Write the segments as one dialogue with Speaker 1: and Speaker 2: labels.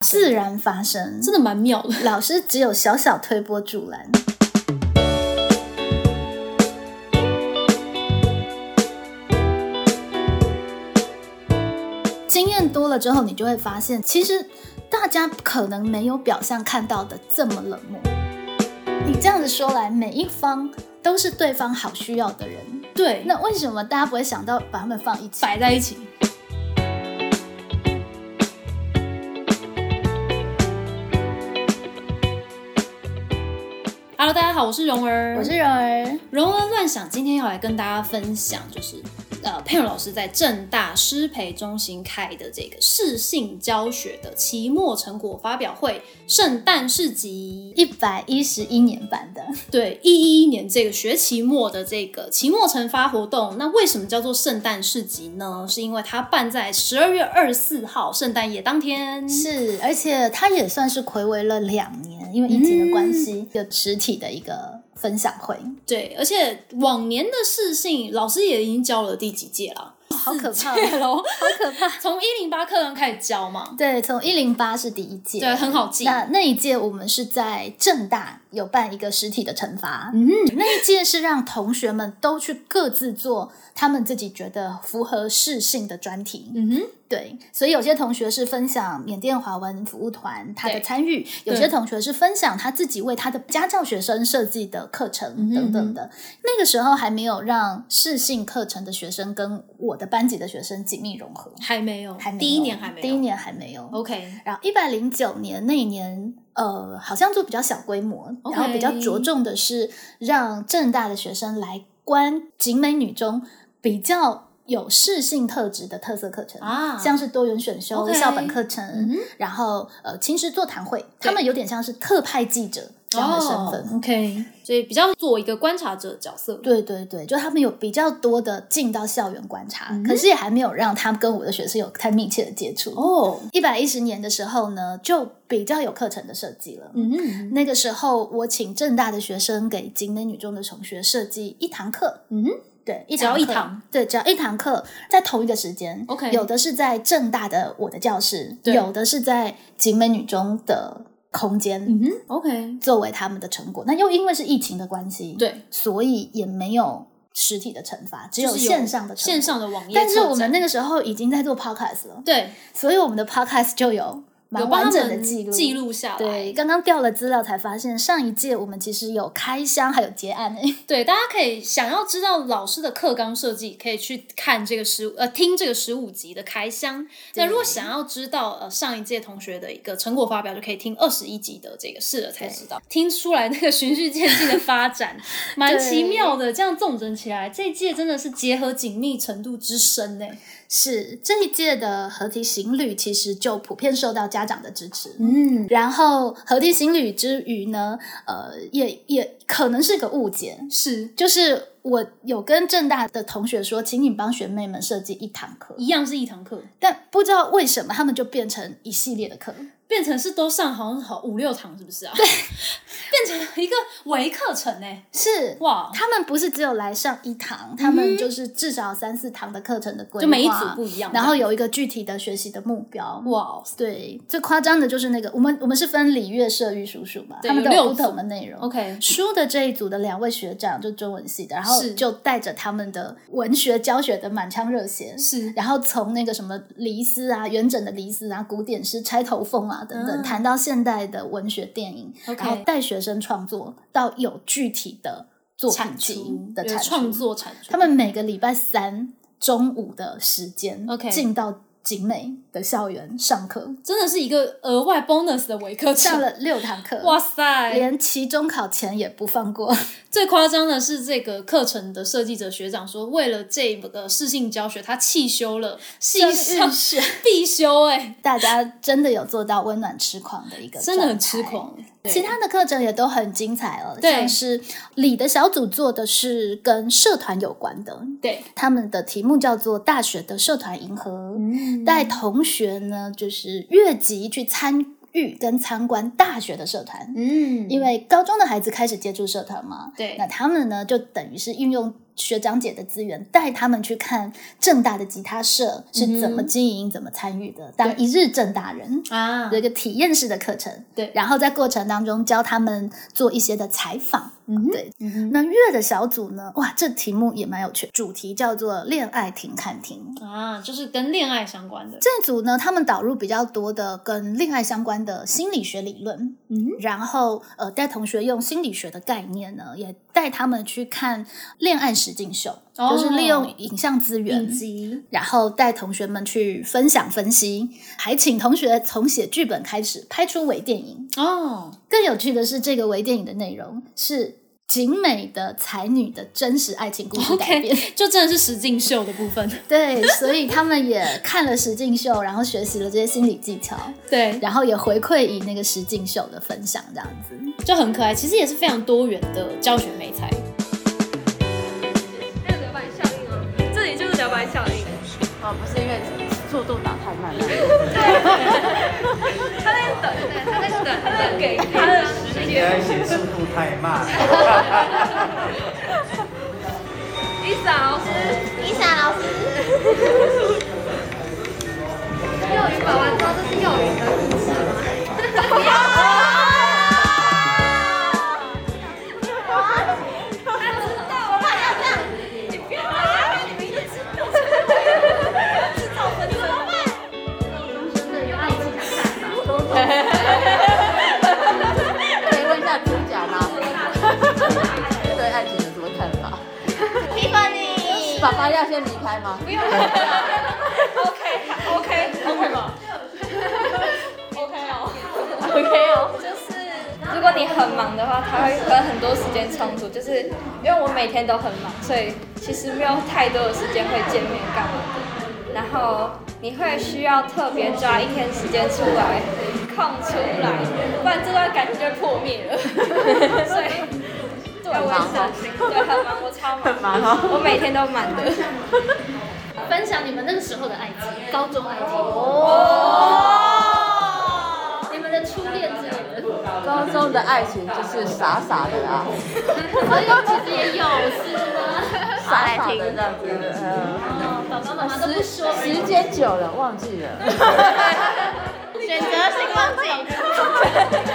Speaker 1: 生，
Speaker 2: 自然发生。
Speaker 1: 真的蛮妙的。
Speaker 2: 老师只有小小推波助澜。经验多了之后，你就会发现，其实大家可能没有表象看到的这么冷漠。你这样子说来，每一方都是对方好需要的人，
Speaker 1: 对，那
Speaker 2: 那为什么大家不会想到把他们放一起？
Speaker 1: 摆在一起。Hello，大家好，我是蓉儿，
Speaker 2: 我是人儿，
Speaker 1: 荣恩乱想，今天要来跟大家分享，就是呃，佩蓉老师在正大师培中心开的这个适性教学的期末成果发表会圣诞市集，
Speaker 2: 一百一十一年版的。
Speaker 1: 对，一一年这个学期末的这个期末惩罚活动，那为什么叫做圣诞市集呢？是因为它办在十二月二十四号圣诞夜当天，
Speaker 2: 是，而且它也算是暌违了两年，因为疫情的关系，有实体的一个分享会，
Speaker 1: 对，而且往年的试性老师也已经教了第几届了，
Speaker 2: 好可怕，
Speaker 1: 对
Speaker 2: 好
Speaker 1: 喽，
Speaker 2: 可怕。
Speaker 1: 从一零八课纲开始教嘛，
Speaker 2: 对，从一零八是第一届，
Speaker 1: 对，很好记。
Speaker 2: 那那一届我们是在正大有办一个实体的惩罚，
Speaker 1: 嗯，
Speaker 2: 那一届是让同学们都去各自做他们自己觉得符合适性的专题。
Speaker 1: 嗯哼，
Speaker 2: 对，所以有些同学是分享缅甸华文服务团他的
Speaker 1: 对
Speaker 2: 参与，有些同学是分享他自己为他的家教学生设计的课程
Speaker 1: 嗯哼
Speaker 2: 等等的。那个时候还没有让适性课程的学生跟我的班级的学生紧密融合，
Speaker 1: 还没有，
Speaker 2: 还没有
Speaker 1: 第一年还没有，
Speaker 2: 第一年还没有。
Speaker 1: OK，
Speaker 2: 然后一百零九年那一年，呃，好像做比较小规模
Speaker 1: OK
Speaker 2: 然后比较着重的是让正大的学生来观景美女中比较有适性特质的特色课程
Speaker 1: 啊
Speaker 2: 像是多元选修、
Speaker 1: OK 嗯
Speaker 2: 校本课程，
Speaker 1: 哼
Speaker 2: 然后呃亲师座谈会，他们有点像是特派记者这样的身份。
Speaker 1: 哦、OK，所以比较做一个观察者的角色。
Speaker 2: 对对对，就他们有比较多的进到校园观
Speaker 1: 嗯
Speaker 2: 察，可是也还没有让他们跟我的学生有太密切的接触。
Speaker 1: 哦，
Speaker 2: 一百一十年的时候呢，就比较有课程的设计了。
Speaker 1: 嗯
Speaker 2: 那个时候，我请正大的学生给景美女中的同学设计一堂课，
Speaker 1: 嗯，
Speaker 2: 对，一
Speaker 1: 只要
Speaker 2: 堂课
Speaker 1: 一堂，
Speaker 2: 对，只要一堂课，在同一个时间
Speaker 1: OK
Speaker 2: 有的是在正大的我的教室，
Speaker 1: 对
Speaker 2: 有的是在景美女中的空间、
Speaker 1: 嗯哼，OK，
Speaker 2: 作为他们的成果。那又因为是疫情的关系，，
Speaker 1: 对，
Speaker 2: 所以也没有实体的惩罚，只有
Speaker 1: 就是有
Speaker 2: 线上的惩罚
Speaker 1: 线。上的网页策展，
Speaker 2: 但是我们那个时候已经在做 podcast 了，
Speaker 1: 对
Speaker 2: 所以我们的 podcast 就有
Speaker 1: 有
Speaker 2: 蛮
Speaker 1: 帮
Speaker 2: 完
Speaker 1: 他
Speaker 2: 整的
Speaker 1: 们
Speaker 2: 记录
Speaker 1: 记录下来，
Speaker 2: 对，刚刚调了资料才发现，上一届我们其实有开箱，还有结案 诶、
Speaker 1: 对，大家可以想要知道老师的课纲设计，可以去看这个十呃听这个十五集的开箱。那如果想要知道呃上一届同学的一个成果发表，就可以听二十一集的这个试了才知道，听出来那个循序渐进的发 展，蛮奇妙的。这样纵整起来，这一届真的是结合紧密程度之深呢。
Speaker 2: 是这一届的合体行旅，其实就普遍受到家长的支持。
Speaker 1: 嗯，
Speaker 2: 然后合体行旅之余呢，呃，也也可能是个误解，
Speaker 1: 是
Speaker 2: 就是我有跟正大的同学说，请你帮学妹们设计一堂课，
Speaker 1: 一样是一堂课，
Speaker 2: 但不知道为什么他们就变成一系列的课。
Speaker 1: 变成是都上好像好五六堂，是不是啊？对， 变成一个微课程呢。
Speaker 2: 是
Speaker 1: 哇，
Speaker 2: 他们不是只有来上一堂，他们就是至少三四堂的课程的规划，
Speaker 1: 就每一组不一样
Speaker 2: 然后有一个具体的学习的目标。
Speaker 1: 哇
Speaker 2: 对，最夸张的就是那个，我们我们是分礼乐社与数数嘛，
Speaker 1: 对
Speaker 2: 他们都
Speaker 1: 有
Speaker 2: 有
Speaker 1: 六
Speaker 2: 不同的内容。
Speaker 1: ，OK，
Speaker 2: 书的这一组的两位学长就中文系的，然后
Speaker 1: 是
Speaker 2: 就带着他们的文学教学的满腔热血，
Speaker 1: 是
Speaker 2: 然后从那个什么黎斯啊、元稹的黎斯啊、古典诗、钗头凤啊等等，
Speaker 1: 啊
Speaker 2: 谈到现代的文学电影
Speaker 1: OK
Speaker 2: 然后带学生创作到有具体的作品
Speaker 1: 产
Speaker 2: 集
Speaker 1: 出
Speaker 2: 的
Speaker 1: 有
Speaker 2: 产出
Speaker 1: 创。作产出，
Speaker 2: 他们每个礼拜三中午的时间
Speaker 1: OK
Speaker 2: 进到景美的校园上课，
Speaker 1: 真的是一个额外 bonus 的微课
Speaker 2: 上
Speaker 1: 程。
Speaker 2: 了六堂课，
Speaker 1: 哇塞！
Speaker 2: 连期中考前也不放 过。
Speaker 1: 最夸张的是，这个课程的设计者学长说，为了这个适性教学，他弃修了系上
Speaker 2: 是
Speaker 1: 必修、哎，
Speaker 2: 大家真的有做到温暖痴狂的一个，
Speaker 1: 真的很痴。狂。对
Speaker 2: 其他的课程也都很精彩哦，
Speaker 1: 对
Speaker 2: 像是李的小组做的是跟社团有关的，
Speaker 1: 对，
Speaker 2: 他们的题目叫做“大学的社团银河”，
Speaker 1: 嗯
Speaker 2: 带同学呢就是越级去参与跟参观大学的社团，
Speaker 1: 嗯，
Speaker 2: 因为高中的孩子开始接触社团嘛，
Speaker 1: 对
Speaker 2: 那他们呢就等于是运用学长姐的资源，带他们去看正大的吉他社是怎么经营、怎么参与的，当
Speaker 1: 嗯对
Speaker 2: 一日正大人。
Speaker 1: 啊
Speaker 2: 有一个体验式的课程，
Speaker 1: 嗯对
Speaker 2: 然后在过程当中教他们做一些的采访，
Speaker 1: 嗯哼
Speaker 2: 对。
Speaker 1: 嗯哼
Speaker 2: 那乐的小组呢？哇，这题目也蛮有趣，主题叫做“恋爱停看停”。
Speaker 1: 啊，就是跟恋爱相关的，
Speaker 2: 这组呢，他们导入比较多的跟恋爱相关的心理学理论，
Speaker 1: 嗯
Speaker 2: 然后呃，带同学用心理学的概念呢，也带他们去看恋爱实境秀，
Speaker 1: 哦
Speaker 2: 就是利用影像资源。
Speaker 1: 集
Speaker 2: 然后带同学们去分享分析，还请同学从写剧本开始拍出微电影。
Speaker 1: 哦，
Speaker 2: 更有趣的是，这个微电影的内容是景美的才女的真实爱情故事改编。
Speaker 1: 就真的是实境秀的部分，
Speaker 2: 对，所以他们也看了实境秀，然后学习了这些心理技巧，
Speaker 1: 对，
Speaker 2: 然后也回馈以那个实境秀的分享这样子。
Speaker 1: 就很可爱，其实也是非常多元的教学美材。
Speaker 3: 还有留白效应哦，这里就是留白效应。
Speaker 4: 哦，不是因为速度打太慢了。
Speaker 3: 他在等，他在等，他在给他的时
Speaker 5: 应
Speaker 3: 间。
Speaker 5: 该写速度太慢。
Speaker 3: 伊莎老师，伊莎老 师。幼语搞完之后，这是幼语的故事吗？不要！他知道了，你不要这样，你们就知道，知道分怎么办？高中生的有爱情想法。
Speaker 4: 可以问一下主角吗？ 对爱情有什么看法？
Speaker 3: Tiffany，
Speaker 4: 爸爸要先离开吗？
Speaker 3: 不用。OK，OK，OK 吗？OK 哦，OK 哦，就是如果你很忙的话，他会和很多时间冲突。就是因为我每天都很忙，所以其实没有太多的时间会见面干嘛的。然后你会需要特别抓一天时间出来空出来，不然这段感情就会破灭了。所以。对，我也是很辛苦，对，很忙，我超忙，
Speaker 4: 很忙哦
Speaker 3: 我每天都满的。
Speaker 2: 分享你们那个时候的爱情，高中爱情，你们的初恋之类的，
Speaker 4: 高中的爱情就是傻傻的啊，
Speaker 2: 所以哦其实也有是吗？哦
Speaker 4: 傻傻的这样子。嗯
Speaker 2: 爸爸妈妈
Speaker 4: 时时间久了忘记了，
Speaker 2: 选择性忘记。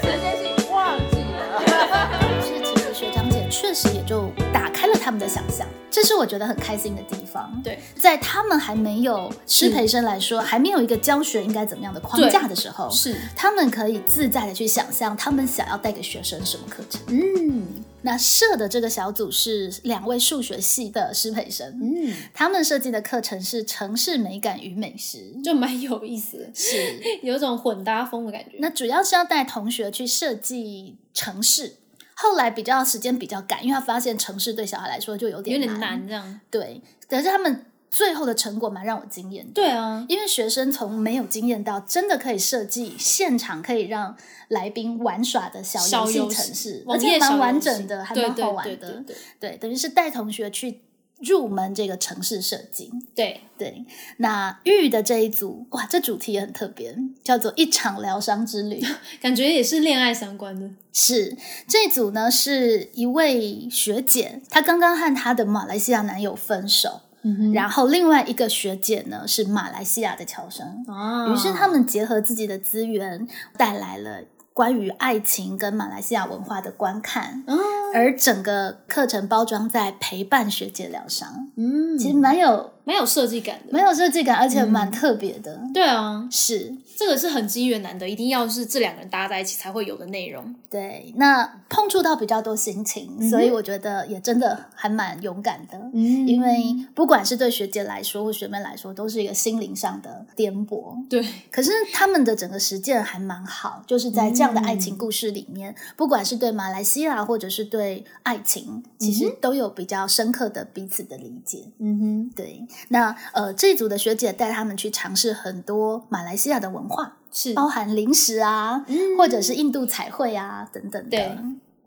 Speaker 4: 时间性忘记了。
Speaker 2: 但是其实学长姐确实也就打开了他们的想象，这是我觉得很开心的地方。
Speaker 1: 对，
Speaker 2: 在他们还没有师培生来说，还没有一个教学应该怎么样的框架的时候，
Speaker 1: 是，
Speaker 2: 他们可以自在的去想象他们想要带给学生什么课程。
Speaker 1: 嗯
Speaker 2: 那社的这个小组是两位数学系的师培生，
Speaker 1: 嗯，
Speaker 2: 他们设计的课程是城市美感与美食。
Speaker 1: 就蛮有意思的，
Speaker 2: 是，
Speaker 1: 有一种混搭风的感觉。
Speaker 2: 那主要是要带同学去设计城市。后来比较时间比较赶，因为他发现城市对小孩来说就有
Speaker 1: 有
Speaker 2: 点
Speaker 1: 点难，这样。
Speaker 2: 对，可是他们最后的成果蛮让我惊艳的。
Speaker 1: 对啊，
Speaker 2: 因为学生从没有经验到真的可以设计现场可以让来宾玩耍的小
Speaker 1: 小
Speaker 2: 游戏
Speaker 1: 游
Speaker 2: 城
Speaker 1: 戏
Speaker 2: 市，而
Speaker 1: 网
Speaker 2: 且
Speaker 1: 页小
Speaker 2: 蛮
Speaker 1: 游
Speaker 2: 完
Speaker 1: 戏
Speaker 2: 整的，还
Speaker 1: 对
Speaker 2: 蛮
Speaker 1: 对
Speaker 2: 好玩
Speaker 1: 对
Speaker 2: 的。
Speaker 1: 对
Speaker 2: 对，等于是带同学去入门这个城市设计。
Speaker 1: 对，
Speaker 2: 对，那玉的这一组，哇，这主题也很特别，叫做一场疗伤之 旅。
Speaker 1: 对感觉也是恋爱相关的。
Speaker 2: 是这组呢，是一位学姐，她刚刚和她的马来西亚男友分手，
Speaker 1: 嗯哼
Speaker 2: 然后另外一个学姐呢是马来西亚的侨生，
Speaker 1: 啊
Speaker 2: 于是他们结合自己的资源，带来了关于爱情跟马来西亚文化的观看，
Speaker 1: 啊，
Speaker 2: 而整个课程包装在陪伴学姐疗伤，
Speaker 1: 嗯，
Speaker 2: 其实蛮有
Speaker 1: 蛮有设计感的。
Speaker 2: 蛮有设计感，而且
Speaker 1: 嗯
Speaker 2: 蛮特别的，
Speaker 1: 对啊，
Speaker 2: 是。
Speaker 1: 这个是很机缘难得，一定要是这两个人搭在一起才会有的内容。
Speaker 2: 对，那碰触到比较多心情，
Speaker 1: 嗯哼
Speaker 2: 所以我觉得也真的还蛮勇敢的。
Speaker 1: 嗯
Speaker 2: 因为不管是对学姐来说或学妹来说，都是一个心灵上的颠簸。
Speaker 1: 对，
Speaker 2: 可是他们的整个实践还蛮好，就是在这样的爱
Speaker 1: 嗯
Speaker 2: 情故事里面，不管是对马来西亚或者是对爱情，其实都有比较深刻的彼此的理解。
Speaker 1: 嗯哼，
Speaker 2: 对，那呃，这组的学姐带他们去尝试很多马来西亚的文化，
Speaker 1: 是
Speaker 2: 包含零食啊，
Speaker 1: 嗯
Speaker 2: 或者是印度彩绘啊等等的。
Speaker 1: 对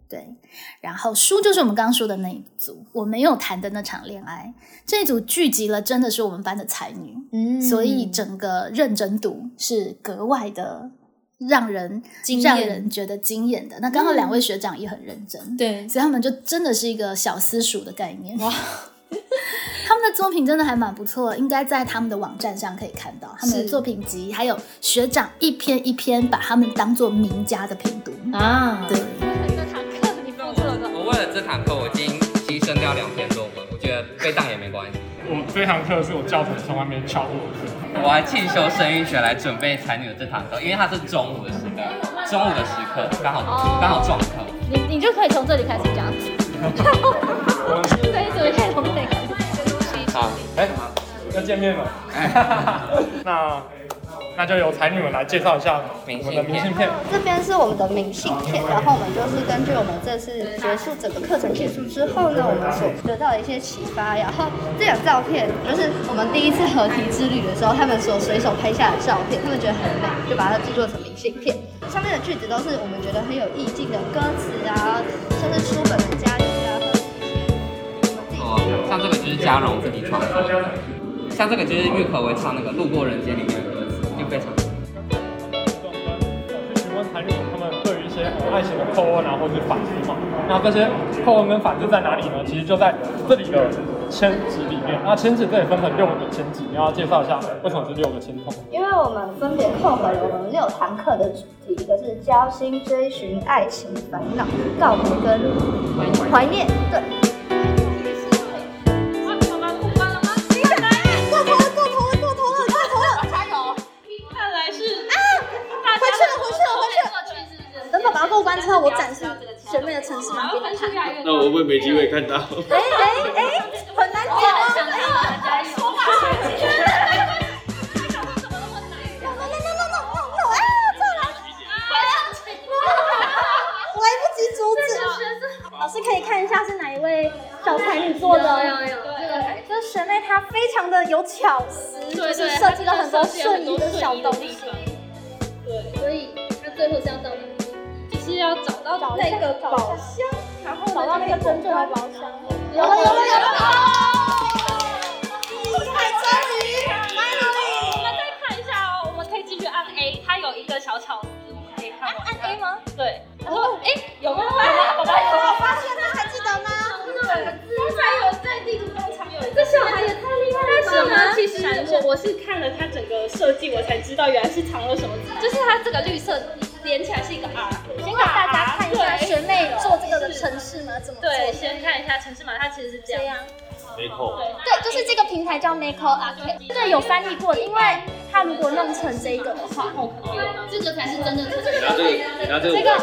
Speaker 2: 对然后书就是我们刚刚说的那一组，我没有谈的那场恋爱，这一组聚集了真的是我们班的才女，
Speaker 1: 嗯
Speaker 2: 所以整个认真读是格外的让人
Speaker 1: 惊
Speaker 2: 让
Speaker 1: 艳嗯
Speaker 2: 人觉得惊艳的。那刚好两位学长也很认真，
Speaker 1: 对，
Speaker 2: 所以他们就真的是一个小私塾的概念。 他们的作品真的还蛮不错，应该在他们的网站上可以看到他们的
Speaker 1: 是
Speaker 2: 作品集，还有学长一篇一篇把他们当做名家的品读。
Speaker 1: 啊，
Speaker 2: 对，
Speaker 6: 我为了这堂课，我已经牺牲掉两篇论文，我觉得被当也没关系。
Speaker 7: 我这堂课是我教程从来没翘过的课。
Speaker 6: 我还进修生育学来准备才女的这堂课，因为它是中午的时段，中午的时刻刚好刚好撞课。
Speaker 3: 你你就可以从这里开始讲，对，所以可以从这里开始。
Speaker 6: 好，哎、
Speaker 7: 要见面了， 那那就由才女们来介绍一下我们的明信片。
Speaker 8: 这边是我们的明信片，然后我们就是根据我们这次结束整个课程结束之后呢，我们所得到的一些启发，然后这两照片就是我们第一次合体之旅的时候，他们所随手拍下的照片，他们觉得很美，就把它制作成明信片。上面的句子都是我们觉得很有意境的歌词啊，像是书本的佳句啊，或者是一些我们自己
Speaker 6: 哦，像这个就是嘉荣自己创作的，像这个就是郁可唯唱那个《路过人间》里面的歌词，就非常。
Speaker 7: 去询问才女们他们对于一些爱情的叩问啊，或者是反思嘛。那这些叩问跟反思在哪里呢？其实就在这里的签纸里面。那签纸这里分成六个签纸，你要介绍一下为什么是六个签筒？
Speaker 8: 因为我们分别扣回了我们六堂课的主题，一个是交心、追寻、爱情、烦恼、告别跟怀念。对。过头了，过头了，过头了，过头了！加油！看来是啊，回去了，回去了，回去了。等爸爸过关之后，我展示学妹的城市盲点。
Speaker 9: 那我会没机会看到。
Speaker 8: 哎哎哎，很难讲啊！加油！
Speaker 3: 老师可以看一下是哪一位小才女做的，这学妹她非常的有巧思，就是设计了很多顺移的小东西。对，所以她最后是要到哪里？就是要找到那个宝箱，然后找到那个真正的宝箱。有了有了有了！我们再看一下哦，我们可以继续按 A，它有一个小巧思，我们可以看完。按 A 吗？对。他说：“哎，有没有办法？宝宝有没有发现他还记得吗？”他还有在地图中藏有，这小孩也太厉害了。但是呢，其实我我是看了他整个设计，我才知道原来是藏了什么。就是它这个绿色连起来是一个 R，先给大家看一下学妹做这个的城市码怎么做。对，先看一下城市码，它其实是这样。
Speaker 9: 没空。
Speaker 3: 对，就是这个平台叫 Make Arcade，对，有翻译过的，因为它如果弄成这个的话，这个才哦是真的。这
Speaker 9: 然后这个，然后这个我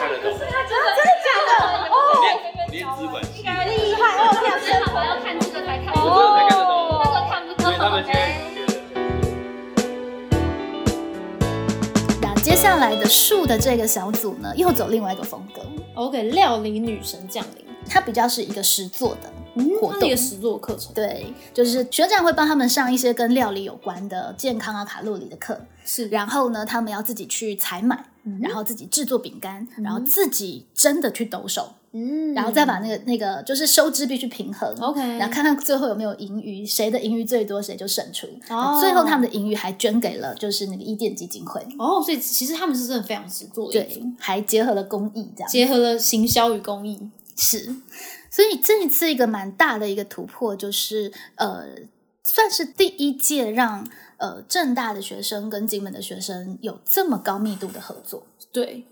Speaker 9: 才看得懂。
Speaker 3: 哦，
Speaker 9: 连连资本系，
Speaker 3: 厉害！哦我有票选，我要看这个才看哦
Speaker 9: 我这个才看得懂。
Speaker 3: 那个看不
Speaker 9: 所以他们现在觉得。
Speaker 2: 那接下来的树的这个小组呢，又走另外一个风格，
Speaker 1: 我给料理女神降临，
Speaker 2: 它比较是一个实作的。活
Speaker 1: 它是一
Speaker 2: 动
Speaker 1: 个实作课程，
Speaker 2: 对，就是学长会帮他们上一些跟料理有关的健康啊、卡路里的课，
Speaker 1: 是
Speaker 2: 然后呢，他们要自己去采买，
Speaker 1: 嗯
Speaker 2: 然后自己制作饼干，然后自己真的去抖手，
Speaker 1: 嗯
Speaker 2: 然后再把那个那个就是收支必须平衡
Speaker 1: OK
Speaker 2: 然后看看最后有没有盈余，谁的盈余最多谁就胜出。
Speaker 1: 哦
Speaker 2: 最后他们的盈余还捐给了就是那个伊甸基金会，
Speaker 1: 哦，所以其实他们是真的非常实作的一
Speaker 2: 对
Speaker 1: 组，，
Speaker 2: 还结合了公益这样。
Speaker 1: 结合了行销与公益，
Speaker 2: 是，所以这一次一个蛮大的一个突破，就是呃，算是第一届让呃正大的学生跟金门的学生有这么高密度的合作。
Speaker 1: 对。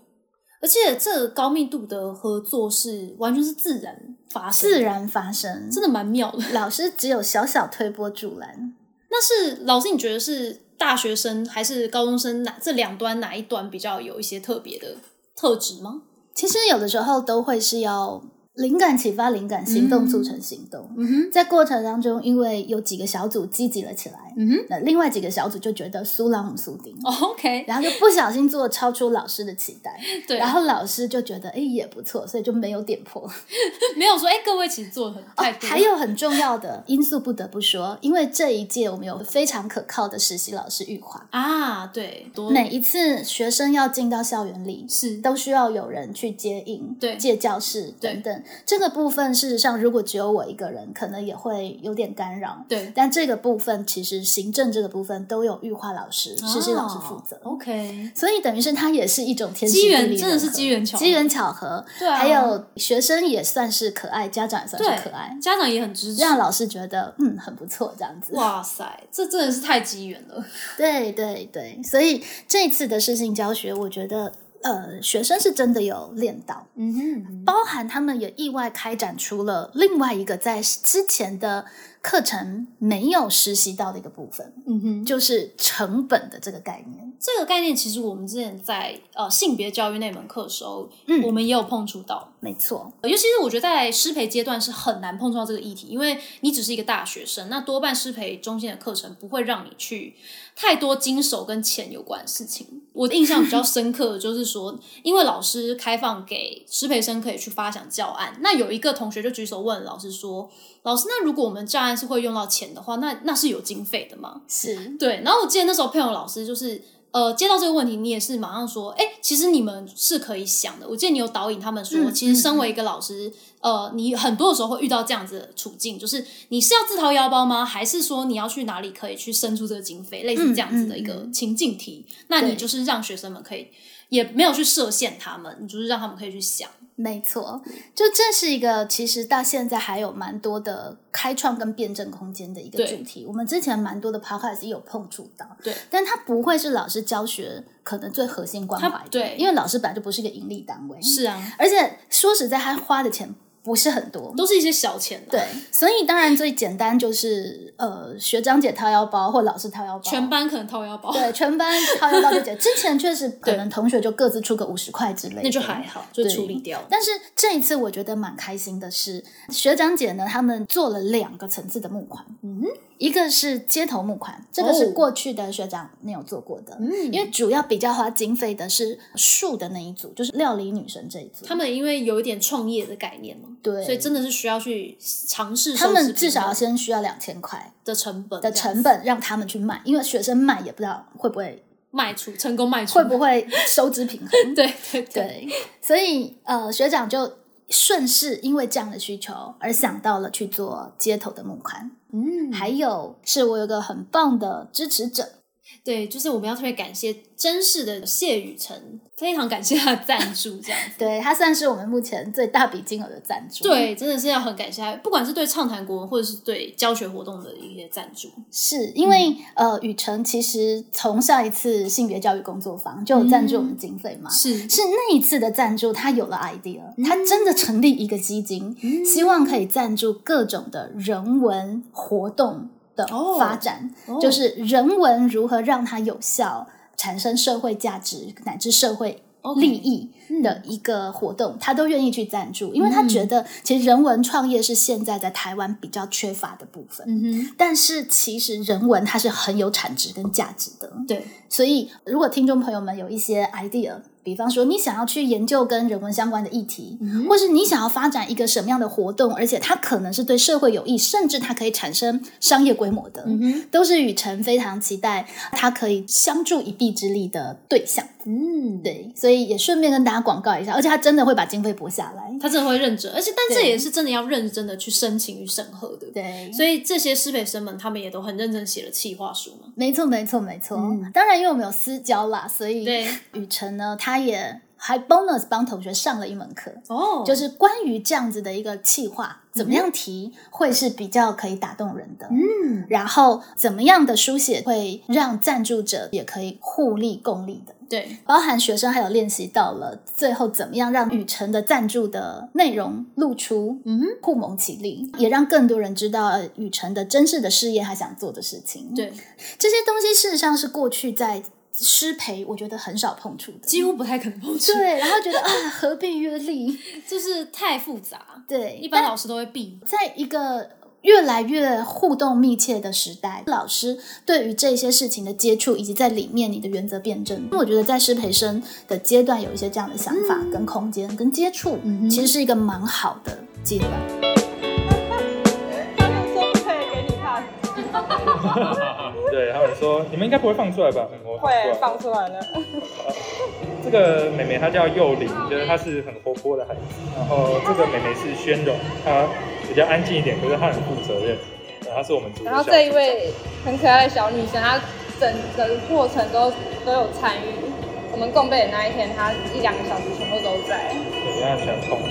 Speaker 1: 而且这个高密度的合作是完全是自然发生的，
Speaker 2: 自然发生，
Speaker 1: 真的蛮妙的。
Speaker 2: 老师只有小小推波助澜。
Speaker 1: 那是老师，你觉得是大学生还是高中生哪这两端哪一端比较有一些特别的特质吗？
Speaker 2: 其实有的时候都会是要灵感启发灵感，行动促成行动。
Speaker 1: 嗯哼，
Speaker 2: 在过程当中，因为有几个小组积极了起来，
Speaker 1: 嗯哼
Speaker 2: 那另外几个小组就觉得苏朗姆苏丁，
Speaker 1: 哦，OK，
Speaker 2: 然后就不小心做超出老师的期待，
Speaker 1: 对，
Speaker 2: 然后老师就觉得哎也不错，所以就没有点破。 哦
Speaker 1: 没有说哎、各位其实做的很太多了、
Speaker 2: 还有很重要的因素不得不说，因为这一届我们有非常可靠的实习老师玉华，
Speaker 1: 啊，对，多
Speaker 2: 每一次学生要进到校园里，
Speaker 1: 是
Speaker 2: 都需要有人去接应、
Speaker 1: 对
Speaker 2: 借教室
Speaker 1: 对
Speaker 2: 等等。这个部分事实上，如果只有我一个人，可能也会有点干扰。
Speaker 1: 对
Speaker 2: 但这个部分其实行政这个部分都有玉化老师、实习老师负责。
Speaker 1: 啊 OK，
Speaker 2: 所以等于是它也是一种天时
Speaker 1: 机
Speaker 2: 地
Speaker 1: 缘
Speaker 2: 利
Speaker 1: 真的
Speaker 2: 人
Speaker 1: 是
Speaker 2: 和
Speaker 1: 机缘巧合
Speaker 2: 机缘巧合。
Speaker 1: 对啊
Speaker 2: 还有学生也算是可爱，家长也算是可爱，
Speaker 1: 家长也很支持。
Speaker 2: 让老师觉得嗯很不错这样子。
Speaker 1: 哇塞，这真的是太机缘了。
Speaker 2: 对对对，所以这次的视性教学，我觉得呃学生是真的有练到，
Speaker 1: 嗯哼，
Speaker 2: 包含他们也意外开展出了另外一个在之前的课程没有实习到的一个部分，
Speaker 1: 嗯哼，
Speaker 2: 就是成本的这个概念。
Speaker 1: 这个概念其实我们之前在呃性别教育那门课的时候，
Speaker 2: 嗯
Speaker 1: 我们也有碰触到。
Speaker 2: 没错，
Speaker 1: 尤其是我觉得在师培阶段是很难碰触到这个议题，因为你只是一个大学生，那多半师培中心的课程不会让你去太多经手跟钱有关的事情。我的印象比较深刻的就是说，因为老师开放给师培生可以去发想教案，那有一个同学就举手问老师说：“老师，那如果我们教案是会用到钱的话，那那是有经费的吗？”
Speaker 2: 是
Speaker 1: 对，然后我记得那时候佩蓉老师就是呃接到这个问题，你也是马上说，哎、其实你们是可以想的。我记得你有导引他们说，
Speaker 2: 嗯
Speaker 1: 其实身为一个老师，呃，你很多的时候会遇到这样子的处境，就是你是要自掏腰包吗？还是说你要去哪里可以去伸出这个经费，类似这样子的一
Speaker 2: 嗯
Speaker 1: 个
Speaker 2: 嗯
Speaker 1: 情境题？那你
Speaker 2: 对
Speaker 1: 就是让学生们可以。也没有去设限他们，你就是让他们可以去想。
Speaker 2: 没错，就这是一个其实到现在还有蛮多的开创跟辩证空间的一个
Speaker 1: 对
Speaker 2: 主题。我们之前蛮多的 podcast 也有碰触到，
Speaker 1: 对，
Speaker 2: 但它不会是老师教学可能最核心关
Speaker 1: 它
Speaker 2: 怀的，
Speaker 1: 对
Speaker 2: 因为老师本来就不是一个盈利单位，
Speaker 1: 是啊，
Speaker 2: 而且说实在，他花的钱不是很多，
Speaker 1: 都是一些小钱、啊。
Speaker 2: 对，，所以当然最简单就是呃，学长姐掏腰包或老师掏腰包，
Speaker 1: 全班可能掏腰包，
Speaker 2: 对全班掏腰包就解。之前确实可能同学就各自出个五十块之类的，
Speaker 1: 那就还。好，就
Speaker 2: 对
Speaker 1: 处理掉。
Speaker 2: 但是这一次我觉得蛮开心的是，学长姐呢，他们做了两个层次的募款，
Speaker 1: 嗯，
Speaker 2: 一个是街头募款，这个是
Speaker 1: 哦
Speaker 2: 过去的学长没有做过的，
Speaker 1: 嗯
Speaker 2: 因为主要比较花经费的是树的那一组，就是料理女神这一组，
Speaker 1: 他们因为有一点创业的概念嘛，
Speaker 2: 对
Speaker 1: 所以真的是需要去尝试
Speaker 2: 他
Speaker 1: 收
Speaker 2: 们
Speaker 1: 拾
Speaker 2: 至少要
Speaker 1: 平衡
Speaker 2: 先需要两千块
Speaker 1: 的成本
Speaker 2: 的
Speaker 1: 哦这样
Speaker 2: 成
Speaker 1: 子
Speaker 2: 本让他们去卖，因为学生卖也不知道会不 会
Speaker 1: 卖出，成功卖出
Speaker 2: 会不？会收支平衡。
Speaker 1: 对对对，
Speaker 2: 对，所以呃，学长就顺势因为这样的需求而想到了去做街头的募款，
Speaker 1: 嗯，
Speaker 2: 还有是我有个很棒的支持者，
Speaker 1: 对，就是我们要特别感谢真实的谢雨辰，非常感谢他的赞助，这样子。
Speaker 2: 对他算是我们目前最大笔金额的赞助。，
Speaker 1: 对，真的是要很感谢他，不管是对畅谈国文，或者是对教学活动的一些赞助。
Speaker 2: 是因为、
Speaker 1: 嗯
Speaker 2: 呃，雨辰其实从上一次性别教育工作坊就有赞
Speaker 1: 嗯
Speaker 2: 助我们经费嘛，
Speaker 1: 是
Speaker 2: 是那一次的赞助，他有了 idea，、他
Speaker 1: 嗯
Speaker 2: 真的成立一个基金，希望可以赞助各种的人文活动的发展，
Speaker 1: 哦哦
Speaker 2: 就是人文如何让它有效产生社会价值乃至社会。利益
Speaker 1: 嗯
Speaker 2: 的一个活动，他都愿意去赞助，因为他觉得其实人文创业是现在在台湾比较缺乏的部分。
Speaker 1: 嗯哼，
Speaker 2: 但是其实人文它是很有产值跟价值的，
Speaker 1: 对，
Speaker 2: 所以，如果听众朋友们有一些 idea，比方说你想要去研究跟人文相关的议题，
Speaker 1: 嗯
Speaker 2: 或是你想要发展一个什么样的活动，而且它可能是对社会有益，甚至它可以产生商业规模的，
Speaker 1: 嗯
Speaker 2: 都是雨辰非常期待他可以相助一臂之力的对象。
Speaker 1: 嗯，
Speaker 2: 对，所以也顺便跟大家广告一下，而且他真的会把经费拨下来。
Speaker 1: 他真的会认真，而且但这
Speaker 2: 对
Speaker 1: 也是真的要认真的去申请与审核的。
Speaker 2: 对，
Speaker 1: 所以这些师培生们，他们也都很认真写了企划书嘛。
Speaker 2: 没错，没错，没错。当然，因为我们有私交啦，所以
Speaker 1: 嗯对
Speaker 2: 雨辰呢，他也还 bonus 帮同学上了一门课。
Speaker 1: 哦嗯
Speaker 2: 就是关于这样子的一个企划，怎么样提会是比较可以打动人的，嗯，然后怎么样的书写会让赞助者也可以互利共利的。
Speaker 1: 对，
Speaker 2: 包含学生还有练习到了最后怎么样让雨辰的赞助的内容露出，
Speaker 1: 嗯哼，
Speaker 2: 互蒙其利，也让更多人知道呃雨辰的真实的事业，他想做的事情。，
Speaker 1: 对，
Speaker 2: 这些东西事实上是过去在师培我觉得很少碰触的，
Speaker 1: 几乎不太可能碰触，
Speaker 2: 对，然后觉得啊何必约力，
Speaker 1: 就是太复杂，
Speaker 2: 对，
Speaker 1: 一般老师都会避。
Speaker 2: 在一个越来越互动密切的时代，老师对于这些事情的接触，以及在里面你的原则辩证，我觉得在师培生的阶段有一些这样的想法、跟空
Speaker 1: 嗯
Speaker 2: 间、跟接触，其实是一个蛮好的阶段。
Speaker 10: 他们说不可以给你 pass，
Speaker 7: 不 对，他们说你们应该不会放出来吧？嗯我放出来了
Speaker 4: 会放出来的。
Speaker 7: 这个妹妹她叫幼玲，就是她是很活泼的孩子。然后这个妹妹是宣柔，她比较安静一点，可是她很负责任。然后她是我们组的
Speaker 4: 然
Speaker 7: 小
Speaker 4: 后
Speaker 7: 组
Speaker 4: 这一位很可爱的小女生，她整个过程都都有参与。我们共备的那一天，她一两个小时全部都在。
Speaker 7: 对，她很喜欢烹饪。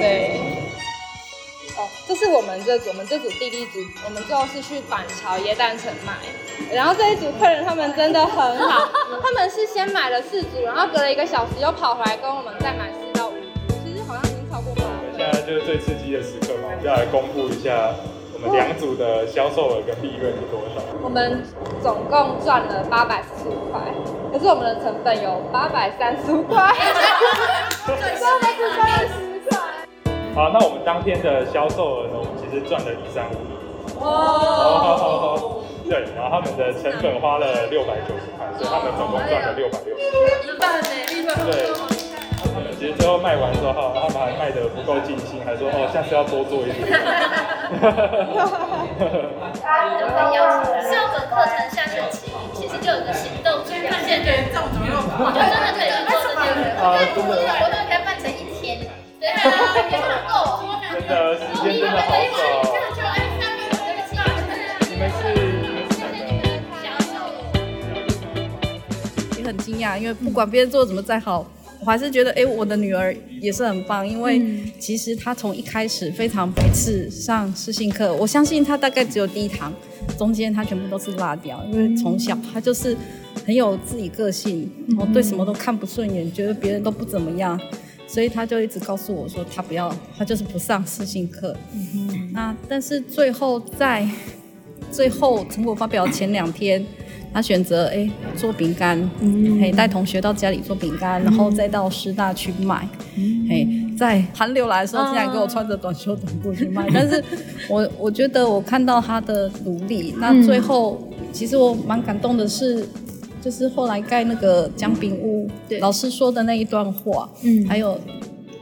Speaker 4: 对。哦，这是我们这组，我们这组弟弟组，我们最后是去板桥椰蛋城买，然后这一组客人他们真的很 好，他们是先买了四组，然后隔了一个小时又跑回来跟我们再买四到五组，其实好像已经超过半了。
Speaker 7: 现在就是最刺激的时刻嘛，我们就要来公布一下我们两组的销售额跟利润是多少。
Speaker 4: 我们总共赚了八百四十五块，可是我们的成本有八百三十五 块， 所以我们只赚了十块。
Speaker 7: 好，那我们当天的销售额呢，我们其实赚了一三五。
Speaker 3: 哦
Speaker 4: 哇！
Speaker 7: 哦，对，然后他们的成本花了六百九十块，所以他们总共赚了六百六十。
Speaker 9: 一半呢，一半
Speaker 7: 对，他们其实最后卖完之后，他们还卖的不够尽兴，还说哦，下次要多做一点。
Speaker 3: 是要等课程下学期，其实就有个行动，就是看见人这种怎么用法，我觉得真的可以去做这件事。
Speaker 7: 啊，真
Speaker 3: 这个
Speaker 7: 的，
Speaker 3: 活动应该办成一天，对啊，一天不够。
Speaker 7: 真的时间真的好少哦。
Speaker 3: 就按三个对不起，
Speaker 7: 你们是你们是哪个？
Speaker 11: 也很惊讶，因为不管别人做的怎么再好，我还是觉得，哎、我的女儿也是很棒，因为其实她从一开始非常排斥上视性课，我相信她大概只有第一堂，中间她全部都是落掉，因为从小她就是很有自己个性，然后对什么都看不顺眼，觉得别人都不怎么样。所以她就一直告诉我说，她不要，她就是不上视性课。那但是最后在最后成果发表前两天，他选择哎做饼干，哎带同学到家里做饼干，然后再到师大去卖，哎在寒流来的时候，竟然给我穿着短袖短裤去卖。但是我我觉得我看到他的努力，那最后其实我蛮感动的是。就是后来盖那个姜饼屋，老师说的那一段话，
Speaker 2: 嗯
Speaker 11: 还有，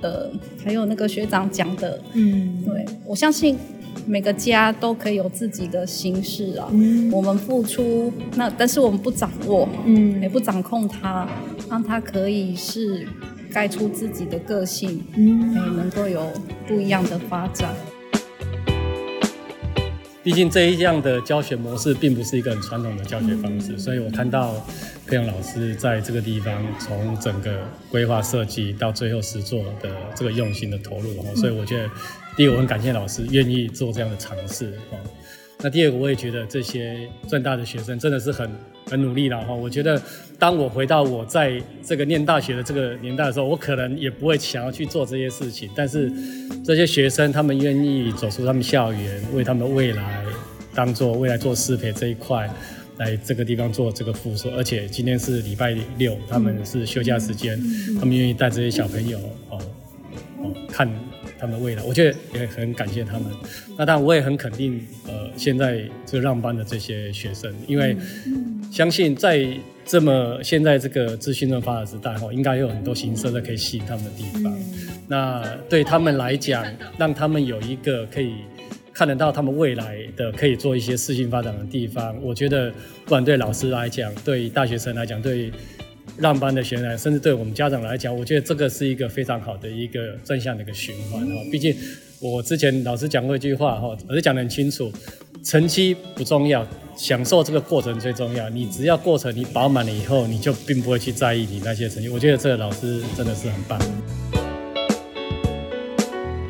Speaker 11: 呃，还有那个学长讲的，
Speaker 2: 嗯，
Speaker 11: 对，我相信每个家都可以有自己的形式啊。
Speaker 2: 嗯
Speaker 11: 我们付出，那但是我们不掌握，
Speaker 2: 嗯
Speaker 11: 也不掌控它，让它可以是盖出自己的个性，
Speaker 2: 嗯
Speaker 11: 哎，能够有不一样的发展。
Speaker 12: 毕竟这一样的教学模式并不是一个很传统的教学方式，所以我看到佩勇老师在这个地方从整个规划设计到最后实作的这个用心的投入，哦，所以我觉得第一个我很感谢老师愿意做这样的尝试哦。那第二个我也觉得这些正大的学生真的是很很努力了哈。我觉得当我回到我在这个念大学的这个年代的时候，我可能也不会想要去做这些事情，但是这些学生他们愿意走出他们校园，为他们未来当做未来做师培这一块。来这个地方做这个复述，而且今天是礼拜六，他们是休假时间，他们愿意带这些小朋友哦哦，看他们的未来，我觉得也很感谢他们。那当然，我也很肯定，呃，现在这个让班的这些学生，因为
Speaker 3: 嗯
Speaker 12: 相信在这么现在这个资讯的发达时代哈，应该有很多形式的可以吸引他们的地方。
Speaker 3: 嗯
Speaker 12: 那对他们来讲，让他们有一个可以看得到他们未来的
Speaker 3: 嗯
Speaker 12: 可以做一些事情发展的地方，我觉得不管对老师来讲，对大学生来讲，对让班的学生来，甚至对我们家长来讲，我觉得这个是一个非常好的一个正向的一个循环哈。毕竟我之前老师讲过一句话哈，老师讲得很清楚，成绩不重要，享受这个过程最重要。你只要过程你饱满了以后，你就并不会去在意你那些成绩。我觉得这个老师真的是很棒。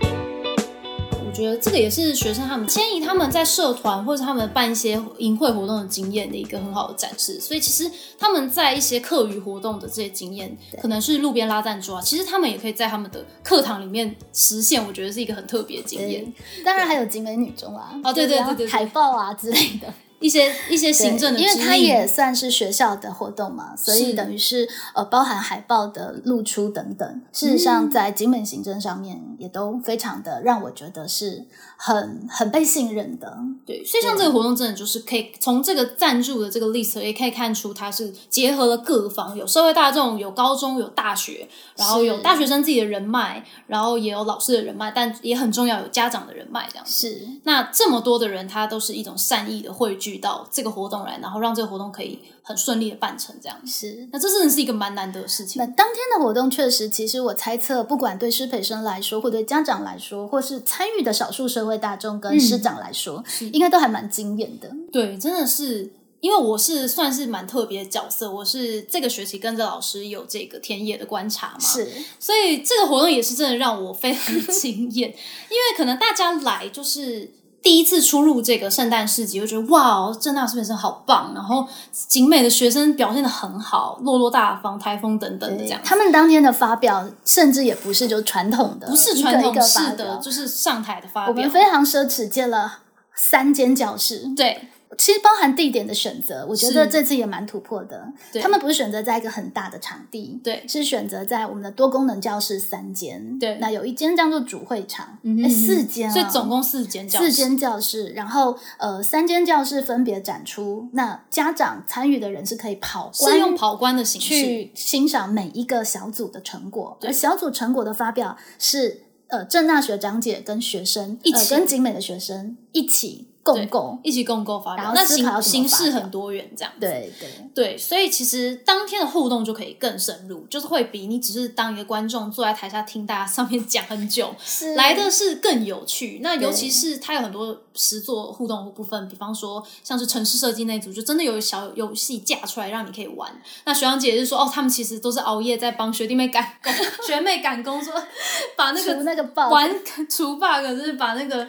Speaker 1: 我觉得这个也是学生他们迁移他们在社团或者他们办一些营会活动的经验的一个很好的展示。所以其实他们在一些课余活动的这些经验，可能是路边拉赞助啊，其实他们也可以在他们的课堂里面实现。我觉得是一个很特别的经验
Speaker 2: 对。当然还有景美女中啊，
Speaker 1: 哦对对
Speaker 2: 就是
Speaker 1: 对对对
Speaker 2: 海报啊之类的。
Speaker 1: 一些一些 行政的
Speaker 2: 对因
Speaker 1: 指
Speaker 2: 为它
Speaker 1: 引
Speaker 2: 也算是学校的活动嘛，所以
Speaker 1: 是
Speaker 2: 等于是呃包含海报的露出等等。事实上，
Speaker 1: 嗯
Speaker 2: 在景美行政上面也都非常的让我觉得是很很被信任的。
Speaker 1: 对，所以像这个活动真的就是可以从这个赞助的这个 list 也可以看出，它是结合了各方，有社会大众，有高中，有大学，然后
Speaker 2: 是
Speaker 1: 有大学生自己的人脉，然后也有老师的人脉，但也很重要有家长的人脉这样。
Speaker 2: 是，
Speaker 1: 那这么多的人，他都是一种善意的汇聚，聚到这个活动来，然后让这个活动可以很顺利的办成这样。
Speaker 2: 是，
Speaker 1: 那这真的是一个蛮难得的事情。
Speaker 2: 那当天的活动确实，其实我猜测，不管对师培生来说，或对家长来说，或是参与的少数社会大众跟
Speaker 1: 嗯
Speaker 2: 师长来说，应该都还蛮惊艳的。
Speaker 1: 对，真的是，因为我是算是蛮特别的角色，我是这个学期跟着老师有这个田野的观察嘛，
Speaker 2: 是，
Speaker 1: 所以这个活动也是真的让我非常惊艳，因为可能大家来就是。第一次出入这个圣诞市集，就觉得哇哦，正大师本身好棒，然后景美的学生表现的很好，落落大方，台风等等的这样子。
Speaker 2: 他们当天的发表，甚至也不是就是传统的，
Speaker 1: 不是传
Speaker 2: 一
Speaker 1: 统
Speaker 2: 个一个
Speaker 1: 式
Speaker 2: 发
Speaker 1: 的，
Speaker 2: 表
Speaker 1: 就是上台的发
Speaker 2: 我
Speaker 1: 表
Speaker 2: 们。非常奢侈，建了三间教室。
Speaker 1: 对，
Speaker 2: 其实包含地点的选择，我觉得
Speaker 1: 是
Speaker 2: 这次也蛮突破的。
Speaker 1: 对
Speaker 2: 他们不是选择在一个很大的场地，
Speaker 1: 对，
Speaker 2: 是选择在我们的多功能教室三间，
Speaker 1: 对
Speaker 2: 那有一间叫做主会场，
Speaker 1: 嗯哼
Speaker 2: 诶四间、啊，
Speaker 1: 所以总共四间教室
Speaker 2: 四间教室，然后呃三间教室分别展出，那家长参与的人是可以跑
Speaker 1: 是
Speaker 2: 观
Speaker 1: 用跑官的形式，
Speaker 2: 去欣赏每一个小组的成果，而小组成果的发表是呃郑大学长姐跟学生
Speaker 1: 一
Speaker 2: 呃
Speaker 1: 起
Speaker 2: 跟景美的学生一起共构，
Speaker 1: 一起共构发
Speaker 2: 然
Speaker 1: 表，
Speaker 2: 后
Speaker 1: 那
Speaker 2: 思考要怎
Speaker 1: 形
Speaker 2: 么
Speaker 1: 形
Speaker 2: 发
Speaker 1: 式
Speaker 2: 表
Speaker 1: 很多元这样子。
Speaker 2: 对对
Speaker 1: 对，所以其实当天的互动就可以更深入，就是会比你只是当一个观众坐在台下听大家上面讲 很久
Speaker 2: 是
Speaker 1: 来的是更有趣。那尤其
Speaker 2: 对
Speaker 1: 是它有很多实作互动的部分，比方说像是城市设计那一组，就真的有小游戏架出来让你可以玩。那学长姐就说哦，他们其实都是熬夜在帮学弟妹赶工， 学妹赶工说把那
Speaker 2: 除
Speaker 1: 个
Speaker 2: 那个 bug
Speaker 1: 玩除 bug，就是把那个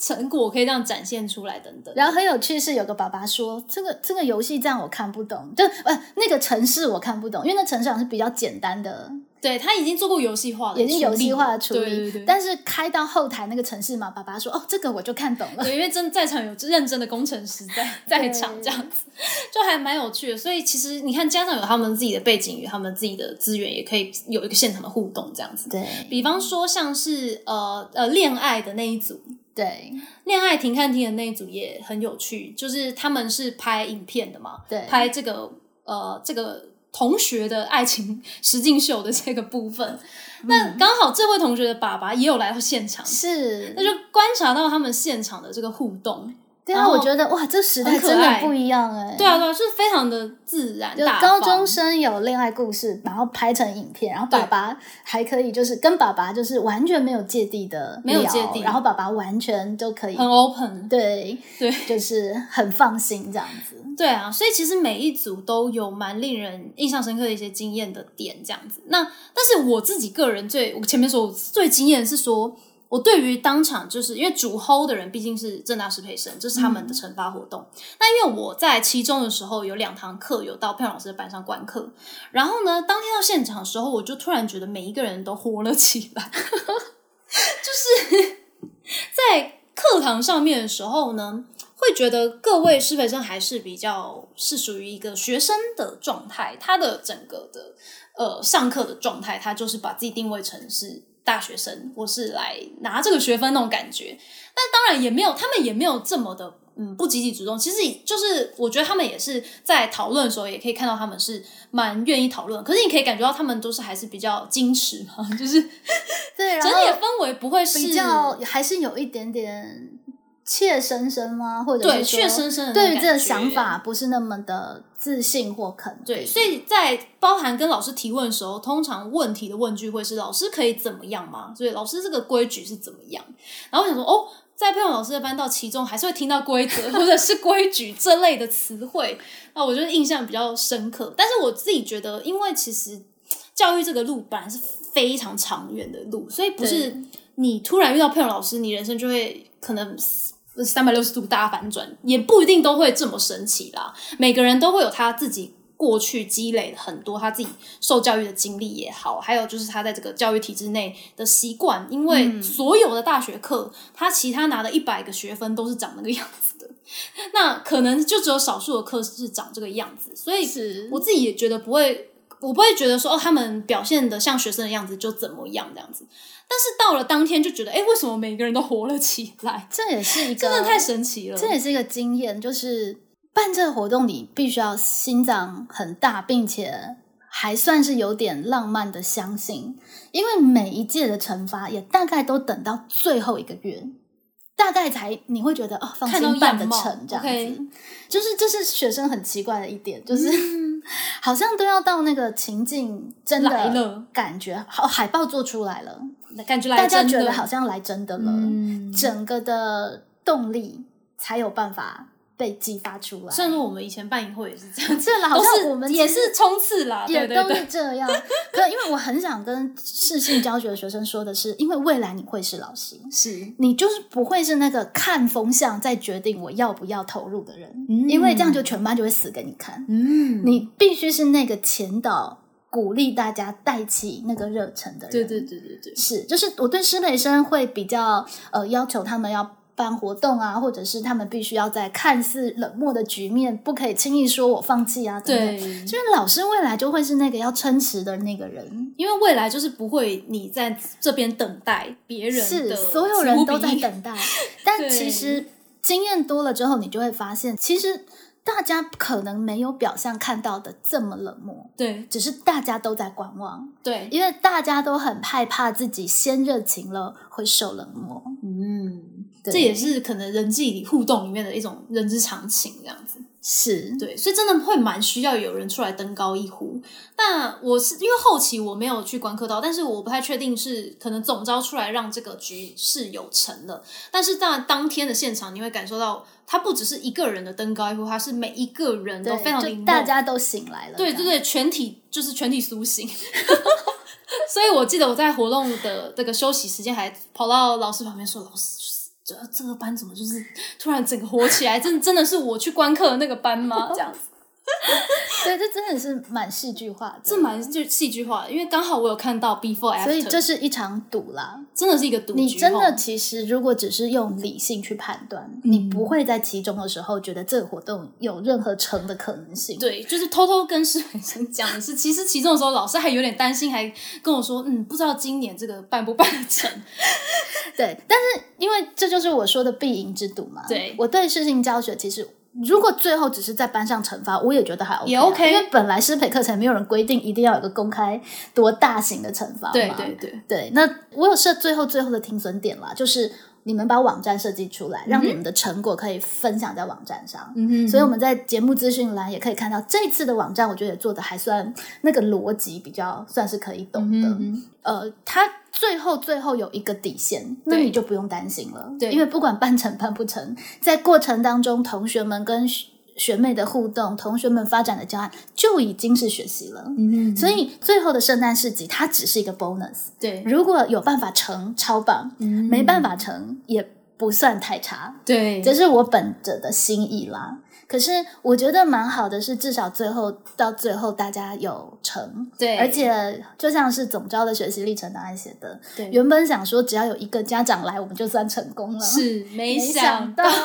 Speaker 1: 成果可以让展现出来等等。
Speaker 2: 然后很有趣是，有个爸爸说：“这个这个游戏这样我看不懂，就呃那个城市我看不懂，因为那城市好像是比较简单的，
Speaker 1: 对他已经做过游戏化了，
Speaker 2: 也是游戏化的处理。
Speaker 1: 对对对。
Speaker 2: 但是开到后台那个城市嘛，爸爸说：‘哦，这个我就看懂了。
Speaker 1: 对，因为真的在场有认真的工程师在在场，这样子就还蛮有趣的。所以其实你看，家长有他们自己的背景与他们自己的资源，也可以有一个现场的互动，这样子。
Speaker 2: 对
Speaker 1: 比方说像是呃呃恋爱的那一组，’
Speaker 2: 对，
Speaker 1: 恋爱停看厅的那一组也很有趣，就是他们是拍影片的嘛，
Speaker 2: 对
Speaker 1: 拍这个呃这个同学的爱情实境秀的这个部分。那刚好这位同学的爸爸也有来到现场，
Speaker 2: 是
Speaker 1: 那就观察到他们现场的这个互动。
Speaker 2: 对
Speaker 1: 然
Speaker 2: 啊，
Speaker 1: 后
Speaker 2: 我觉得哇，这时代
Speaker 1: 很可
Speaker 2: 真的
Speaker 1: 爱
Speaker 2: 不一样哎、
Speaker 1: 对啊，对啊，就是非常的自然
Speaker 2: 就
Speaker 1: 大
Speaker 2: 高
Speaker 1: 方。
Speaker 2: 中生有恋爱故事，然后拍成影片，然后爸爸还可以就是跟爸爸就是完全没有芥蒂的
Speaker 1: 没有
Speaker 2: 聊
Speaker 1: 芥蒂
Speaker 2: 然后爸爸完全都可以
Speaker 1: 很 open
Speaker 2: 对
Speaker 1: 对，
Speaker 2: 就是很放心这样子。
Speaker 1: 对啊，所以其实每一组都有蛮令人印象深刻的一些经验的点，这样子。那但是我自己个人最，我前面说我最惊艳的是说，我对于当场就是因为主 hold 的人毕竟是正大师培生，这是他们的惩罚活动。那因为我在期中的时候有两堂课有到佩蓉老师的班上观课，然后呢，当天到现场的时候，我就突然觉得每一个人都活了起来， 就是 在课堂上面的时候呢，会觉得各位师培生还是比较是属于一个学生的状态，他的整个的呃上课的状态，他就是把自己定位成是大学生，或是来拿这个学分那种感觉。但当然也没有，他们也没有这么的。嗯，不积极主动，其实就是我觉得他们也是在讨论的时候，也可以看到他们是蛮愿意讨论。可是你可以感觉到他们都是还是比较矜持嘛， 就是
Speaker 2: 对，然
Speaker 1: 整
Speaker 2: 后
Speaker 1: 体的氛围不会是
Speaker 2: 比较还是有一点点怯生生吗？或者是
Speaker 1: 对
Speaker 2: 说
Speaker 1: 怯生生的那种
Speaker 2: 对于这个
Speaker 1: 感觉
Speaker 2: 想法不是那么的自信或肯定。
Speaker 1: 对，所以在包含跟老师提问的时候，通常问题的问句会是“老师可以怎么样吗？”所以老师这个规矩是怎么样？然后我想说，哦，在佩蓉老师的班到其中还是会听到规则或者是规矩这类的词汇，那我觉得印象比较深刻。但是我自己觉得，因为其实教育这个路本来是非常长远的路，所以不是
Speaker 2: 对
Speaker 1: 你突然遇到佩蓉老师，你人生就会可能。三百六十度大反转，也不一定都会这么神奇啦。每个人都会有他自己过去积累很多他自己受教育的经历也好，还有就是他在这个教育体制内的习惯，因为
Speaker 2: 嗯
Speaker 1: 所有的大学课，他其他拿的一百个学分都是长那个样子的， 那可能就只有少数的课是长这个样子，所以我自己也觉得不会。我不会觉得说哦，他们表现的像学生的样子就怎么样这样子，但是到了当天就觉得，哎，为什么每个人都活了起来？
Speaker 2: 这也是一个
Speaker 1: 真的太神奇了，
Speaker 2: 这也是一个经验，就是办这个活动，你必须要心脏很大，并且还算是有点浪漫的相信，因为每一届的惩罚也大概都等到最后一个月，大概才你会觉得哦，放
Speaker 1: 看到
Speaker 2: 心办得
Speaker 1: 样貌
Speaker 2: 成这样子。
Speaker 1: OK 嗯
Speaker 2: 就是这是学生很奇怪的一点，就是、 好像都要到那个情境真的
Speaker 1: 来了，
Speaker 2: 感觉好海报做出来了，
Speaker 1: 感觉来
Speaker 2: 大家
Speaker 1: 真
Speaker 2: 觉
Speaker 1: 的嗯
Speaker 2: 得好像来真的了，整个的动力才有办法被激发出来。
Speaker 1: 正如我们以前办营会也是这样，
Speaker 2: 对啦好
Speaker 1: 都
Speaker 2: 像
Speaker 1: 是
Speaker 2: 我们
Speaker 1: 也
Speaker 2: 其实
Speaker 1: 是冲刺啦，
Speaker 2: 也
Speaker 1: 啊对对
Speaker 2: 都
Speaker 1: 对
Speaker 2: 是，这 样。可因为我很想跟视性教学的学生说的是，因为未来你会是老师，
Speaker 1: 是
Speaker 2: 你就是不会是那个看风向再决定我要不要投入的人，因为这样就全班就会死给你看。
Speaker 1: 嗯
Speaker 2: 你必须是那个前导。鼓励大家带起那个热忱的人，
Speaker 1: 对对对对对，
Speaker 2: 是，就是我对师培生会比较呃要求他们要办活动啊，或者是他们必须要在看似冷漠的局面，不可以轻易说我放弃啊等等。
Speaker 1: 对
Speaker 2: 所以老师未来就会是那个要撑持的那个人。
Speaker 1: 因为未来就是不会你在这边等待别人
Speaker 2: 是
Speaker 1: 的
Speaker 2: 所有
Speaker 1: 此
Speaker 2: 人
Speaker 1: 物
Speaker 2: 都
Speaker 1: 彼
Speaker 2: 在
Speaker 1: 应
Speaker 2: 等待，但其
Speaker 1: 对
Speaker 2: 实经验多了之后，你就会发现，其实大家可能没有表象看到的这么冷漠，
Speaker 1: 对
Speaker 2: 只是大家都在观望，
Speaker 1: 对，
Speaker 2: 因为大家都很害怕自己先热情了会受冷漠。
Speaker 1: 嗯，
Speaker 2: 对
Speaker 1: 这也是可能人际里互动里面的一种人之常情，这样子。
Speaker 2: 是
Speaker 1: 对，所以真的会蛮需要有人出来登高一呼。但我是因为后期我没有去观课到，但是我不太确定是可能总招出来让这个局势有成了。但是当当天的现场，你会感受到，它不只是一个人的登高一呼，它是每一个人都
Speaker 2: 对，
Speaker 1: 非常灵
Speaker 2: 就
Speaker 1: 动，
Speaker 2: 大家都醒来了。
Speaker 1: 对对对，全体就是全体苏醒。 所以我记得我在活动的这个休息时间，还跑到老师旁边说：“老师，就是这这个班怎么就是突然整个火起来？真真的是我去观课的那个班吗？”这样子，
Speaker 2: 对，这真的是蛮戏剧化的，
Speaker 1: 这蛮就戏剧化的，因为刚好我有看到 before after，
Speaker 2: 所以这是一场赌啦。
Speaker 1: 真的是一个赌局。
Speaker 2: 你真
Speaker 1: 吼
Speaker 2: 的其实如果只是用理性去判断，你
Speaker 1: 嗯
Speaker 2: 不会在其中的时候觉得这个活动有任何成的可能性。
Speaker 1: 对，就是偷偷跟施培生讲的是，其实其中的时候，老师还有点担心，还跟我说：“嗯，不知道今年这个办不办得 成。
Speaker 2: 对，但是因为这就是我说的必赢之赌嘛。
Speaker 1: 对
Speaker 2: 我对事情教学其实。如果最后只是在班上惩罚，我也觉得还 OK，,、
Speaker 1: 也 OK
Speaker 2: 因为本来师培课程没有人规定一定要有个公开多大型的惩罚嘛。
Speaker 1: 对对对
Speaker 2: 对，那我有设最后最后的停损点啦，就是你们把网站设计出来，让
Speaker 1: 嗯哼
Speaker 2: 你们的成果可以分享在网站上。
Speaker 1: 嗯哼
Speaker 2: 所以我们在节目资讯栏也可以看到，这次的网站我觉得也做的还算那个逻辑比较算是可以
Speaker 1: 嗯
Speaker 2: 懂的。呃，它最后最后有一个底线，那
Speaker 1: 对
Speaker 2: 你就不用担心了。
Speaker 1: 对
Speaker 2: 因为不管办成办不成，在过程当中，同学们跟学学妹的互动，同学们发展的教案就已经是学习了。
Speaker 1: 嗯
Speaker 2: 所以最后的圣诞市集，它只是一个 bonus。
Speaker 1: 对
Speaker 2: 如果有办法成，超棒；
Speaker 1: 嗯
Speaker 2: 没办法成，也不算太差。
Speaker 1: 对
Speaker 2: 这是我本着的心意啦。可是我觉得蛮好的是，至少最后到最后大家有成，
Speaker 1: 对
Speaker 2: 而且就像是总招的学习历程档案写的，
Speaker 1: 对
Speaker 2: 原本想说只要有一个家长来，我们就算成功了，
Speaker 1: 是，没
Speaker 2: 想
Speaker 1: 想
Speaker 2: 到
Speaker 1: 到 当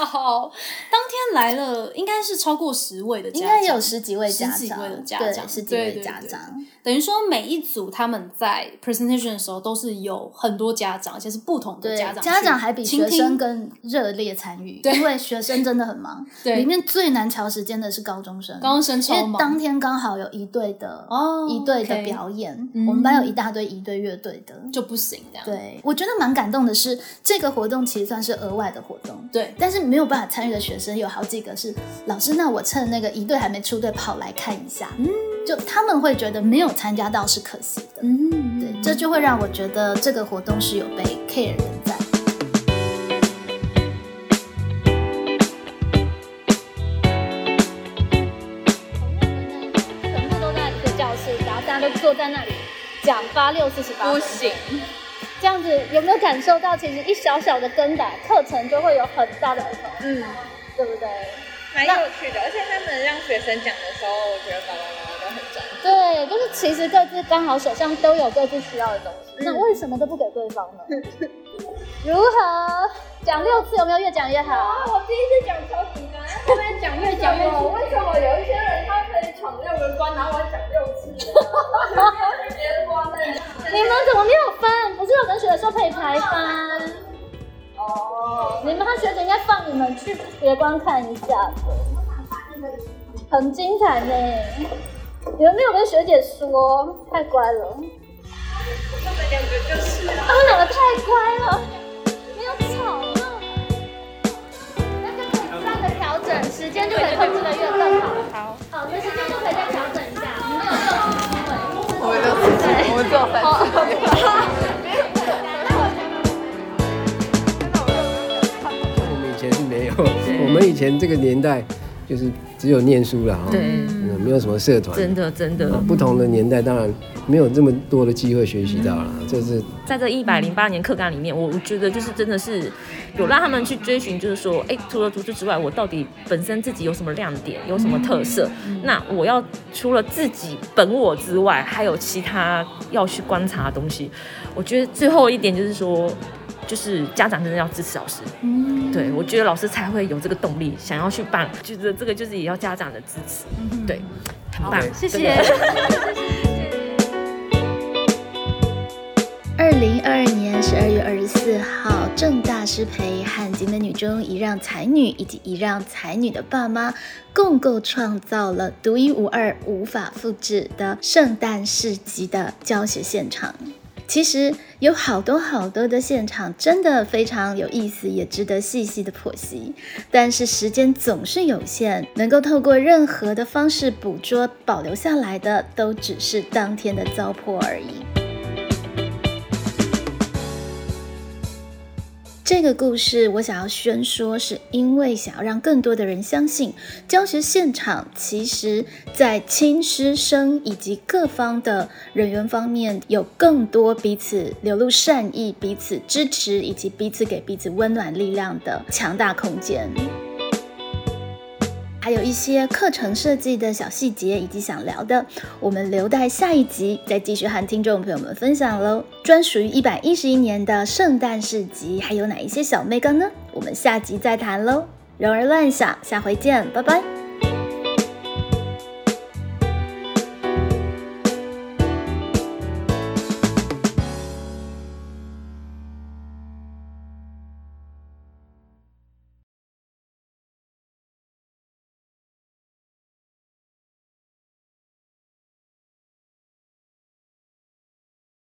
Speaker 1: 天来了，应该是超过十位的家
Speaker 2: 应
Speaker 1: 长，
Speaker 2: 该有十几位家
Speaker 1: 十
Speaker 2: 长，
Speaker 1: 几位的家
Speaker 2: 对
Speaker 1: 长，
Speaker 2: 十几
Speaker 1: 对
Speaker 2: 位
Speaker 1: 对
Speaker 2: 家
Speaker 1: 对
Speaker 2: 长，
Speaker 1: 等于说每一组他们在 presentation 的时候都是有很多家长，而且是不同的
Speaker 2: 对，
Speaker 1: 家长去倾听，
Speaker 2: 还比学生更热烈参与，
Speaker 1: 对
Speaker 2: 因为学生真的很忙。
Speaker 1: 对
Speaker 2: 里面最难调时间的是高中生，
Speaker 1: 高中生超忙
Speaker 2: 因为当天刚好有一队的
Speaker 1: 哦
Speaker 2: 一队的
Speaker 1: OK
Speaker 2: 表演，
Speaker 1: 嗯
Speaker 2: 我们班有一大堆一队乐队的。
Speaker 1: 就不行这样。
Speaker 2: 对，我觉得蛮感动的是，这个活动其实算是额外的活动，
Speaker 1: 对，
Speaker 2: 但是没有办法参与的学生有好几个是老师，那我趁那个一队还没出队跑来看一下，嗯，就他们会觉得没有参加到是可惜的，
Speaker 1: 嗯，
Speaker 2: 对，这就会让我觉得这个活动是有被 care 的在。
Speaker 3: 全部都在一个教室，然后大家都坐在那里讲八六四十八，不行。这样子有没有感受到，其实一小小的更改，课程就会有很大的不同，嗯，对不对？
Speaker 4: 蛮有趣的，而且他们让学生讲的时候，我觉得爸爸妈妈都很专业。
Speaker 3: 对，就是其实各自刚好手上都有各自需要的东西，
Speaker 4: 嗯
Speaker 3: 那为什么都不给对方呢？ 如何讲六次有没有越讲越 好？
Speaker 4: 我第一次讲超紧张，后面讲越讲越紧张。为什么有一些人他可以闯六个关，然后我讲六次？别人关的，
Speaker 3: 你们怎么没有分？不是有跟学姐说可以排班？哦，你们和学姐应该放你们去别关看一下的，很精彩呢。你们没有跟学姐说，太乖了。他们两个就是、他们两个太乖了，没有吵闹。
Speaker 5: 我
Speaker 4: 有粉丝。
Speaker 5: 们以前是没有， 我们以前这个年代就是只有念书了哈，
Speaker 13: 对
Speaker 5: 嗯，没有什么社团，
Speaker 13: 真的真的
Speaker 5: 啊不同的年代当然没有这么多的机会学习到了，就是
Speaker 13: 在这一
Speaker 2: 嗯
Speaker 13: 百零八年课纲里面，我觉得就是真的是有让他们去追寻，就是说，哎，除了读书之外，我到底本身自己有什么亮点，有什么特色？
Speaker 2: 嗯
Speaker 13: 那我要除了自己本我之外，还有其他要去观察的东西。我觉得最后一点就是说，就是家长真的要支持老师。
Speaker 2: 嗯
Speaker 13: 对，我觉得老师才会有这个动力，想要去办，就是这个就是也要家长的支持，对，很棒，
Speaker 2: 嗯谢谢
Speaker 13: 真的
Speaker 2: 二零二二年十二月二十四号，正大师培和景美女中一让才女以及一让才女的爸妈共构创造了独一无二、无法复制的圣诞市集的教学现场。其实有好多好多的现场，真的非常有意思，也值得细细的剖析。但是时间总是有限，能够透过任何的方式捕捉、保留下来的，都只是当天的糟粕而已。这个故事我想要宣说，是因为想要让更多的人相信，教学现场其实在亲师生以及各方的人员方面，有更多彼此流露善意、彼此支持以及彼此给彼此温暖力量的强大空间。还有一些课程设计的小细节以及想聊的，我们留待下一集再继续和听众朋友们分享喽。专属于一百一十一年的圣诞市集，还有哪一些小妹刚呢？我们下集再谈喽。柔儿乱想，下回见，拜拜。